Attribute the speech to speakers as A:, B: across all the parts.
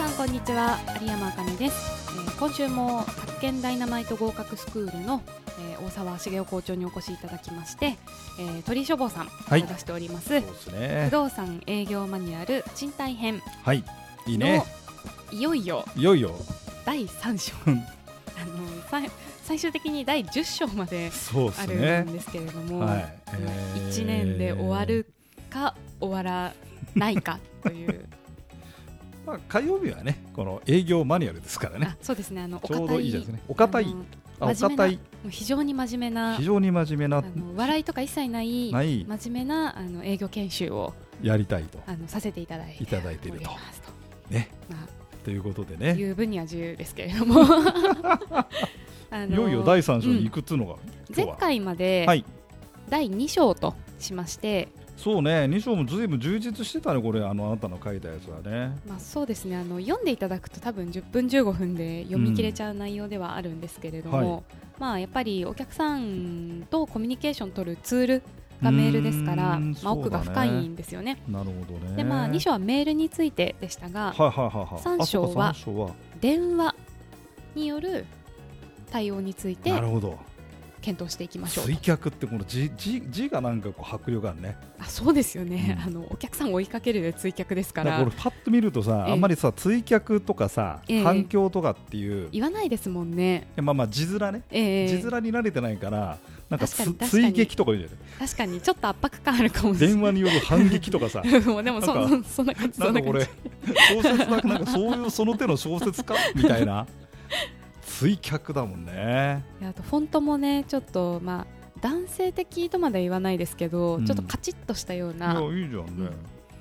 A: は有山あかねです、えー今週も宅建ダイナマイト合格スクールの、えー大沢茂雄校長にお越しいただきまして、えー鳥書房さん
B: はい
A: を出しております、
B: そうですね
A: 不。動産営業マニュアル賃貸編
B: はい。いい
A: の、
B: ね。
A: いよいよ
B: いよいよ。
A: 第3章
B: うん
A: あのさ最終的に第10章まで
B: そうで
A: あ
B: す
A: る
B: ね
A: ん。ですけれども、
B: はい。
A: 1年で終わるか終わらないかという、
B: えー。まあ火曜日はね、この営業マニュアルですから ね
A: あ。そうですねあのお
B: ちょうどいいですね。お堅
A: 堅
B: い
A: あ。の
B: あ、お
A: 真面目な
B: 堅い。
A: もう非常に真面目な
B: 非常に真面目
A: あ
B: な
A: の笑いとか一切ない
B: ない
A: 真面目なあの営業研修を
B: やりたいと
A: あのさせていただいて
B: いただいている
A: おり
B: と
A: ますと
B: ね。
A: ま
B: ということで
A: あ
B: ね。
A: 言う分には自由ですけれど もあ
B: い
A: の
B: よいよ第三章に行くっつうのが今日
A: 前
B: は。
A: 回まで
B: はい。
A: 第2章としまして、
B: そうね。二章もずいぶん充実してたね。これあのあなたの書いたやつはね。
A: まあ、そうですねあの読んでいただくと多分10分15分で読み切れちゃう内容ではあるんですけれども、
B: うんはい
A: まあ、やっぱりお客さんとコミュニケーション取るツールがメールですから、
B: うーん
A: まあ、奥が深い。
B: そうだね
A: んですよね。
B: なるほどね。
A: でまあ、2章はメールについてでしたが、
B: はいはいはいはい。
A: 三章は
B: あそうか三章は。
A: 電話による対応について
B: なるほど。
A: 検討していきましょう
B: 水脚ってこの字字字がなんかこう迫力あるね
A: あそうですよね、
B: う
A: あのお客さんを追いかけるで追客ですか
B: だ
A: ら
B: から俺パッと見るとさ、
A: ええ
B: あんまりさ追脚とかさ、
A: ええ
B: 反響とかっていう
A: 言わないですもんね、
B: まあまあ字面ね、
A: ええ
B: 字面に慣れてないからなんか
A: 確かに確
B: つ
A: かに
B: 追撃とか言うんじゃな
A: 確かにちょっと圧迫感あるかも
B: い
A: しれない
B: 電話による反撃とか さ
A: もうでもそ
B: なん
A: そそんな感じ
B: な
A: そん
B: ん
A: な
B: か
A: 感
B: 俺
A: じ
B: 小説だなんかそういうその手の小説家みたいな追脚だもんね
A: いやあとフォントもねちょっとまあ男性的とまでは言わないですけど、
B: うん
A: ちょっとカチッとしたよう
B: いや
A: ない
B: いじゃんね、
A: うん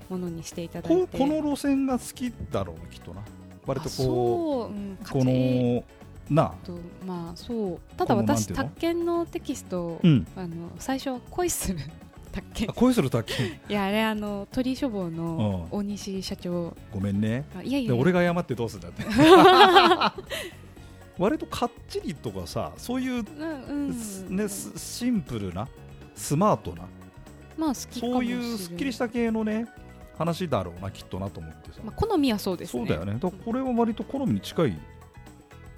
A: ものにしていただい
B: こ
A: て
B: この路線が好きだろうねきっとな割と
A: あ
B: こ
A: そう、うん、
B: う
A: カチ
B: こ
A: ッ
B: のなあ
A: とまあそうただ
B: このなん
A: 私
B: ていうの
A: 宅建のテキストを、
B: うん
A: あの最初は恋する宅建
B: あ恋するだけ
A: いやあれあの鳥書房の大西社長
B: ごめんね
A: がいやい
B: で
A: や
B: 俺が謝ってどうする んだって割とかっちりとかさそういう、
A: うんうん
B: すね、すシンプルなスマートな
A: まあ好きか
B: そ
A: も
B: う
A: しれない
B: いうすっきりした系のね話だろうなきっとなと思ってさ、
A: まあ、好みはそうですね
B: そうだよねだからこれは割と好みに近い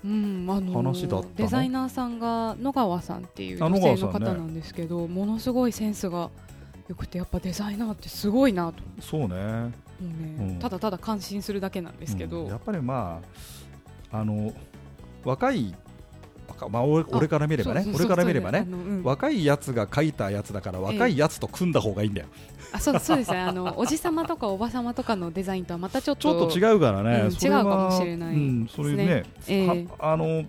A: うんあの
B: 話だったの
A: デザイナーさんが野川さんっていう
B: あ
A: 女性
B: 野
A: の
B: 川
A: 方
B: さん
A: な
B: ね
A: んですけど、ものすごいセンスがよくてやっぱデザイナーってすごいなと、も
B: そうね
A: うね
B: うん
A: ただただ感心するだけなんですけど、
B: うんやっぱりまああの若い若まあ俺俺から見ればね
A: そうそう
B: 俺から見れば
A: そう
B: ね
A: あのうん
B: 若いやつが書いたやつだから若いやつと組んだ方がいいんだよ、
A: あそうそうですねあのおじさまとかおばさまとかのデザインとはまたちょっ
B: ち
A: と
B: ょっと違うからね、
A: うん
B: それは
A: 違うかもしれない
B: うん、それね
A: ええ
B: はあの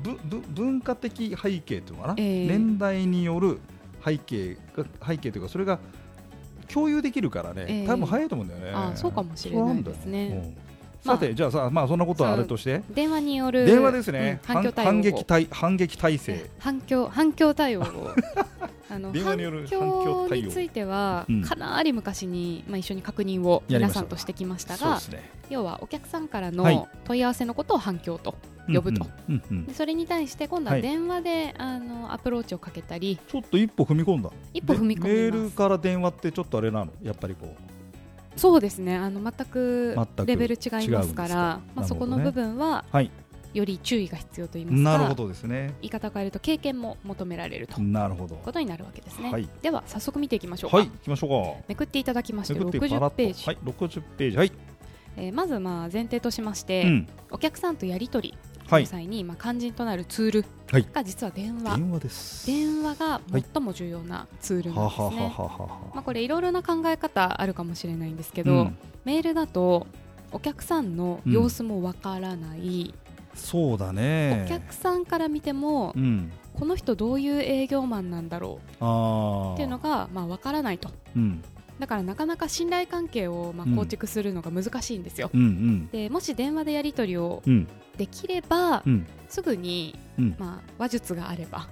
B: ぶぶ文化的背景というのかな、
A: ええ
B: 年代による背景が背景というかそれが共有できるからね、
A: ええ
B: 多分早いと思うんだよね。
A: あそうかもしれないですね
B: そうなんだようん
A: まあ
B: さて、じゃあさ、まあ、そんなことはあれとして
A: 電話による
B: 電話ですね、
A: うん反響対応
B: 反撃対反撃体制
A: 反響反響対応 をあの
B: 電話による
A: 反響については、
B: うん
A: かなり昔に、まあ、一緒に確認を皆さんとしてきました
B: そう
A: が
B: ですね
A: 要はお客さんから
B: はい
A: の問い合わせのことを反響と、呼ぶと
B: うんうんうんうん
A: でそれに対して今度は
B: はい
A: 電話で、あのアプローチをかけたり
B: ちょっと一歩踏み込んだ
A: 一歩踏み込みます
B: でメールから電話ってちょっとあれなのやっぱりこう
A: そうですねあの全く
B: 全く
A: レベル違いますから
B: 違うんですか
A: まあ、
B: なるほどね
A: そこの部分は、
B: はい
A: より注意が必要と言います
B: なる
A: か
B: ほどですね
A: 言い方を変えると経験も求められるという
B: なるほど
A: ことになるわけですね、
B: はい
A: では早速見ていきましょうか、
B: はい行きましょうか
A: めくっていただきまして
B: めくってパ
A: 60
B: ラッと
A: ページ、
B: はい、60ページはい、
A: えーまずまあ前提としまして、
B: うん
A: お客さんとやり取り
B: は
A: の
B: い
A: 際に、まあ、肝心となるツール
B: はい
A: が実は電話、
B: 電話です
A: 電話が最も重要なツールなん
B: は
A: ですね。
B: はははは
A: まあ、
B: は
A: これいろいろな考え方あるかもしれないんですけど、
B: うん
A: メールだとお客さんの様子もわからない、
B: そうだ
A: お
B: ね
A: 客さんから見ても、
B: うん
A: この人どういう営業マンなんだろう
B: ああ
A: っていうのがまあわからないと
B: うん
A: だからなかなか信頼関係をま
B: うん
A: あ構築するのが難しいんですよ、
B: うんうん
A: でもし電話でやり取りを
B: うん
A: できれば、
B: うん
A: すぐに、
B: うん
A: まあ、話術があれば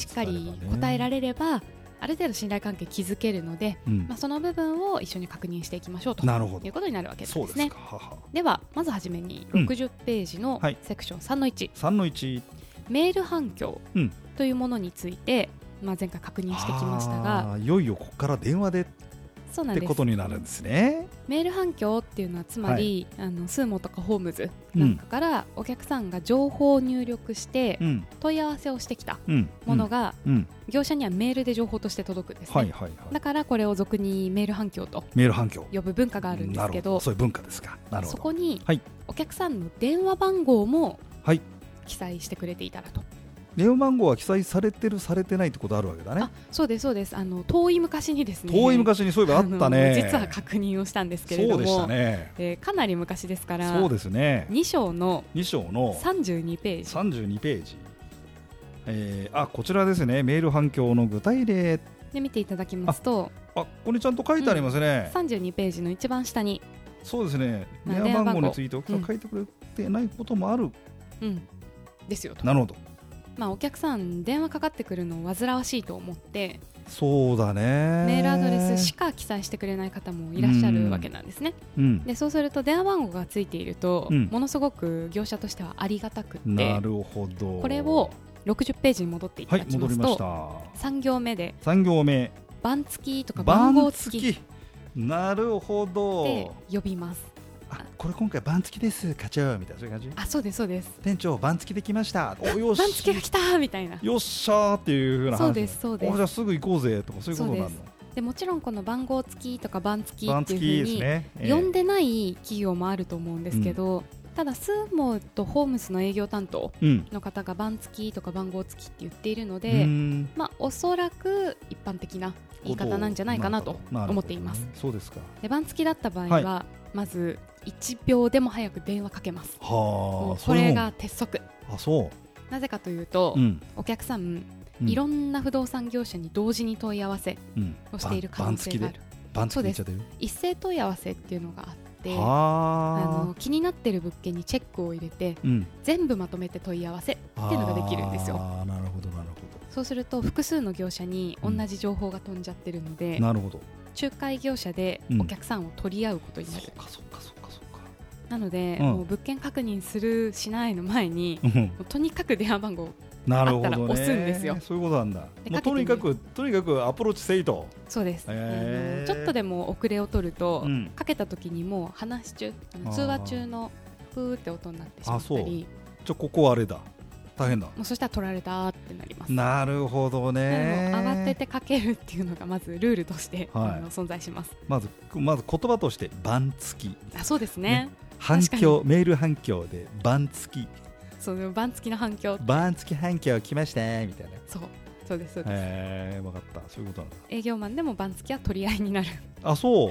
A: しっ
B: 術
A: か
B: があればね
A: り答えられればある程度信頼関係築けるので、
B: うん
A: まあ、その部分を一緒に確認していきましょうと
B: なるほど
A: いうことになるわけです
B: そう
A: ね
B: ですかはは
A: ではまずはじめに
B: うん
A: 60ページの
B: はい
A: セクション3の1、
B: 三の一
A: メール反響
B: うん
A: というものについて、まあ、前回確認してきましたが
B: あーいよいよここから電話で
A: そうな
B: っ
A: ん
B: て
A: で
B: こ
A: す
B: とになるんですね。
A: メール反響っていうのはつまり、あのスーモとかホームズなんかからお客さんが情報を入力して
B: うん
A: 問い合わせをしてきた
B: うん
A: ものが
B: うん、うん
A: 業者にはメールで情報として届くんですね、
B: はいはいはい。
A: だからこれを俗にメール反響と
B: メール反響
A: 呼ぶ文化があるんです
B: な
A: け
B: るほ
A: ど
B: どそういう文化ですか。なるほ
A: そ
B: ど。
A: こに
B: はい
A: お客さんの電話番号も
B: はい
A: 記載してくれていたらと、
B: ネオマンゴーは記載されてるされてないってことあるわけだね
A: あ。そうですそうですあの遠い昔にですね
B: 遠い昔にそういえばあっ たね。
A: の実は確認をしたんですけれど
B: そう
A: も
B: でしたね。
A: えーかなり昔ですから
B: そうですね。
A: 2章の
B: 二章の
A: 32ページ
B: 三十二ページ。えー、あこちらですねメール反響の具体例
A: で見ていただきますと
B: あここにちゃんと書いてありますね、
A: 32ページの一番下に、
B: そうですね
A: まあ
B: 電話番号についてお
A: 電話番号
B: 客さん書いてくれてないこともある、
A: うん、ですよと、
B: なるほど
A: まあ、お客さん電話かかってくるのを煩わしいと思って
B: そうだねメ
A: メールアドレスしか記載してくれない方もいらっしゃるわけなんですね。
B: うん、
A: でそうすると電話番号がついていると、
B: うん
A: ものすごく業者としてはありがたくって
B: なるほど
A: これを60ページに戻ってい
B: は
A: た
B: い
A: だき
B: 戻
A: ま
B: り
A: す
B: ま
A: と、
B: した
A: 3行目で
B: 三行目
A: 番付きとか番号
B: 番
A: 付
B: 付
A: き
B: きなるほ
A: で
B: ど
A: 呼びます。
B: あこれ今回番付きです課長みたいなそういう感じ
A: あそうですそうです。
B: 店長番付きできましたおよし
A: 番付が来たみたいな。
B: よっしゃーっていう風な話
A: そうですそうです
B: おじゃあすぐ行こうぜとかそういうことになる
A: そ
B: の
A: でもちろんこの番号付きとか番付き
B: 番
A: って
B: 付
A: い
B: き
A: うふ
B: で
A: う
B: す
A: に
B: ね、ええ
A: 呼んでない企業もあると思うんですけど、ただスーモとホームズの営業担当
B: うん
A: の方が番付きとか番号付きって言っているの
B: うー
A: で、
B: ん
A: まあ、おそらく一般的な言い方なんじゃないかなと
B: なるほど
A: 思っています。
B: そうですか
A: で番付きだった場合は、まず1秒でも早く電話かけます。も
B: は
A: う
B: あそ
A: こ
B: ういう
A: れ
B: もん
A: が鉄則
B: あそ
A: なぜかというと、
B: う、うん
A: お客さん、
B: うん、
A: いろんな不動産業者に同時に問い合わせをしている可能性がある
B: 番
A: そう
B: 付
A: で
B: です番付きで言っちゃってる
A: 一斉問い合わせっていうのがあってあ
B: は
A: の気になってる物件にチェックを入れて
B: あ、うん、っ
A: 全部まとめて問い合わせ
B: て
A: いうのができるんですよ
B: あーなるほどなるほ
A: そうすると複数の業者に同じ情報が飛んじゃってるので、
B: どなるほど
A: 仲介業者でお客さんを取り合うことにな
B: そ
A: る、
B: うかそうかそうかそうか
A: なので、
B: うん
A: もう物件確認するしないの前に、
B: うん
A: もうとにかく電話番号
B: なるほど
A: あ
B: ね
A: ったら押すんですよ
B: そういうことなんだ
A: で
B: も
A: かけて
B: うと
A: み
B: に
A: る
B: かくとにかくアプローチせいと
A: そうです、
B: へー
A: あのちょっとでも遅れを取ると、
B: うん
A: かけた時にもう話し中あの
B: あー
A: 通話中のふーって音になってしまった
B: あそう
A: り
B: ちょここあれだ大変だ
A: もうそしたら取られたーってなります
B: なるほどね
A: なので慌ててかけるっていうのがまずルールとして、
B: はい
A: あの存在します
B: まずまず言葉として番付き
A: あそうですね
B: 反
A: 確か
B: 響メール反響で番付き
A: その番付きの反響
B: 番付き反響来ましたみたいな
A: そうそうですそうです、
B: へえ分かったそういうことなんだ
A: 営業マンでも番付きは取り合いになる
B: あそう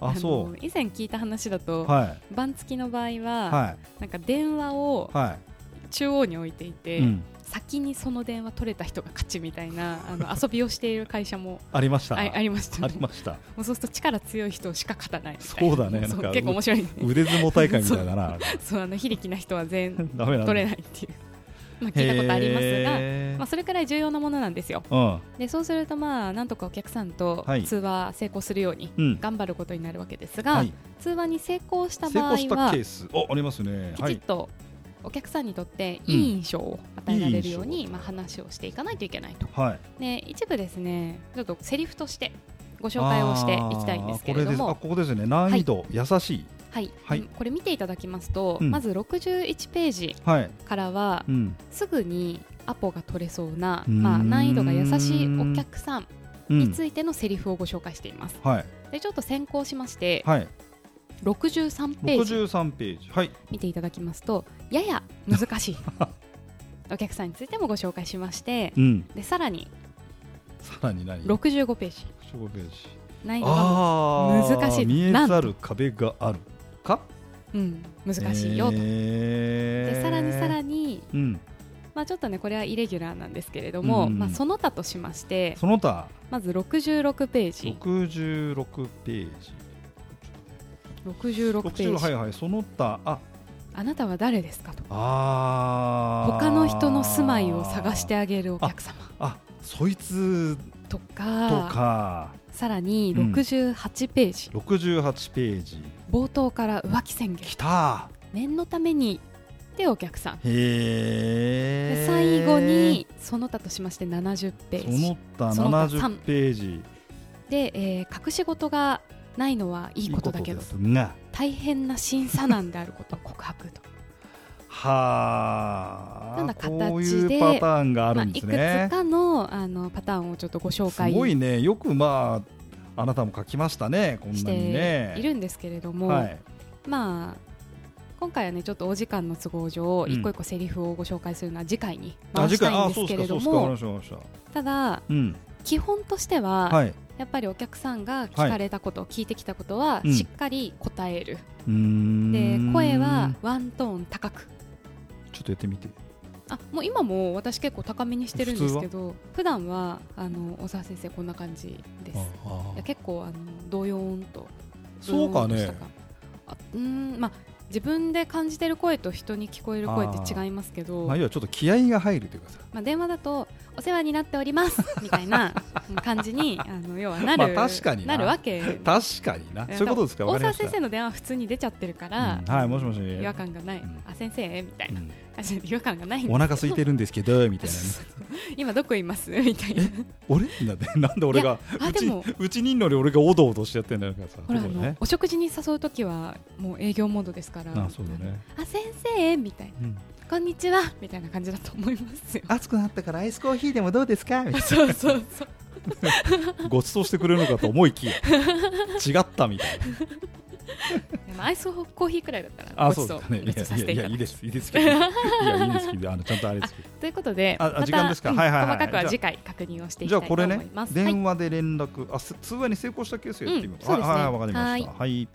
B: あそう
A: の以前聞いた話だと、
B: はい
A: 番付きの場合は、
B: は
A: なんか電話を
B: いは
A: 中央に置いていて、
B: い、うん、
A: 先にその電話取れた人が勝ちみたいなあの遊びをしている会社も
B: ありました
A: あありました、ね、
B: ありました
A: もうそうすると力強い人しか勝たないみたいな
B: そうだね
A: そ
B: なんか
A: 結構面白いね
B: 腕相撲大会みたいだな
A: そうあの非力な人は全員
B: ダメなんだ
A: 取れないっていう、 まあ、聞いたことありますが、
B: へー
A: まあ、それくらい重要なものなんですよでそうするとまあなんとかお客さんと
B: はい
A: 通話成功するように
B: うんうん
A: 頑張ることになるわけですが、
B: はい
A: 通話に成功した
B: 成
A: 場合
B: 功した
A: は
B: ケースおありますね
A: き
B: は
A: ちっ
B: い
A: とお客さんにとって
B: うん
A: いい印象を与えられるよう
B: いい
A: に、
B: 印象
A: まあ、話をしていかないといけないと
B: はい
A: で一部ですねちょっとセリフとしてご紹介をしていきたいんですけれど
B: あー
A: も
B: これですあここですね難易度、優しい
A: はい、
B: はい
A: これ見ていただきますと、
B: うん
A: まず61ページ
B: はい、
A: からは
B: うん
A: すぐにアポが取れそうな、
B: うーん
A: まあ、難易度が優しいお客さん
B: うん、
A: についてのセリフをご紹介しています、
B: はい
A: でちょっと先行しまして
B: はい
A: 63ページ
B: 63ページはい
A: 見ていただきますとやや難 しいお客さんについてもご紹介しまして
B: うん
A: でさらに
B: さらに何
A: 65ページ
B: 65ページ
A: 難易度が、
B: あー
A: 難しい
B: 見え
A: な
B: ざ
A: んと
B: る壁があるか
A: うん、難しいよと、
B: えー
A: でさらにさらに
B: うん
A: まあ、ちょっとねこれはイレギュラーなんですけれども、
B: うん
A: まあ、その他としまして
B: その他
A: まず66ページ
B: 66ページ
A: 66ページ、
B: 60はいはいその他あ
A: あなたは誰ですかと
B: あー
A: 他の人の住まいを探してあげるお客様
B: あそいつ
A: と
B: と
A: か
B: か
A: さらに
B: うん
A: 68ページ、
B: 68ページ
A: 冒頭から浮気宣言
B: きた
A: 念のためにでお客さん
B: へえ
A: で最後にその他としまして70ペー
B: そ
A: ジ
B: の他
A: その他三
B: 70ページ
A: で、えー隠し事がないのはいいことだけど
B: ですね
A: 大変な審査難であること を告白と
B: は
A: よう
B: あ
A: な形で
B: こういうパターンがあ
A: まあ
B: るん
A: い
B: です
A: く
B: ね
A: つ、かのあのパターンをちょっとご紹
B: す
A: 介
B: ごいねよくまああなたも書きましたねこん
A: し
B: なに
A: て
B: ね
A: いるんですけれども、
B: はい
A: まあ今回はねちょっとお時間の都合上、
B: うん
A: 一個一個セリフをご紹介するのは次回に
B: あ
A: 回
B: 次
A: した
B: 回
A: いん
B: あ
A: で
B: そ
A: す
B: うで
A: け
B: すか
A: れ
B: そ
A: ど
B: うですかわかり
A: も
B: ましたわかりました
A: ただ
B: うん
A: 基本としては、
B: はい
A: やっぱりお客さんが聞かれたこと、聞いてきたことは
B: うん
A: しっかり答える、
B: うーん
A: で声はワントーン高く
B: ちょっとやってみて
A: あもう今も私結構高めにしてるんですけど普段はあの小沢先生こんな感じです
B: あ
A: い
B: あ
A: や結構あの動揺音と
B: そうかね
A: どよーんとしたあうーんまあ自分で感じてる声と人に聞こえる声って違いますけど
B: まあ要はちょっと気合が入るというかさ
A: まあ、電話だとお世話になっておりますみたい な感じにあの要はな
B: ま
A: る、
B: あ確かにな
A: なるわけで
B: 確かになそういうことですかわ
A: 大
B: かり
A: 沢
B: ました
A: 先生の電話は普通に出ちゃってるから、
B: うんはいもしもし
A: 違和感がない、
B: うん
A: あ先生みたいな
B: うん
A: 感じで違和感がないんです
B: お腹空いてるんですけどみたい なね
A: 今どこいますみたいな
B: 俺だってなんで俺が
A: あ
B: うち
A: でも
B: うちにんのに俺がおどおどしちゃってんだよなんかさ
A: ほらあ
B: そうだ
A: の
B: ね
A: お食事に誘う時はもう営業モードですから
B: あそうだね
A: あ先生みたいなこんにちはみたいな感じだと思いますよ
B: 暑くなったからアイスコーヒーでもどうですかみたい
A: そうそうそう
B: なご馳走してくれるのかと思い きや違ったみたいな
A: でもアイスコーヒーくらいだったら
B: あ
A: ご
B: そう
A: ちそ
B: だ
A: う
B: ねい
A: ごちそうさ
B: や
A: せて
B: い
A: い
B: や
A: た だきま
B: いやいいですすいいですけどいやいいですけどあのちゃんとあれですけど
A: ということで
B: ああ
A: また
B: 時間ですか
A: うん
B: はいはいはい
A: 細かくは
B: じゃあ
A: 次回確認をしていき
B: じ
A: たい
B: ゃ
A: と
B: あこれ
A: 思
B: ね
A: いますはい
B: 電話で連絡あす通話に成功したケースやってみよう
A: うんそう
B: はい
A: ですね
B: はいわかりましたはい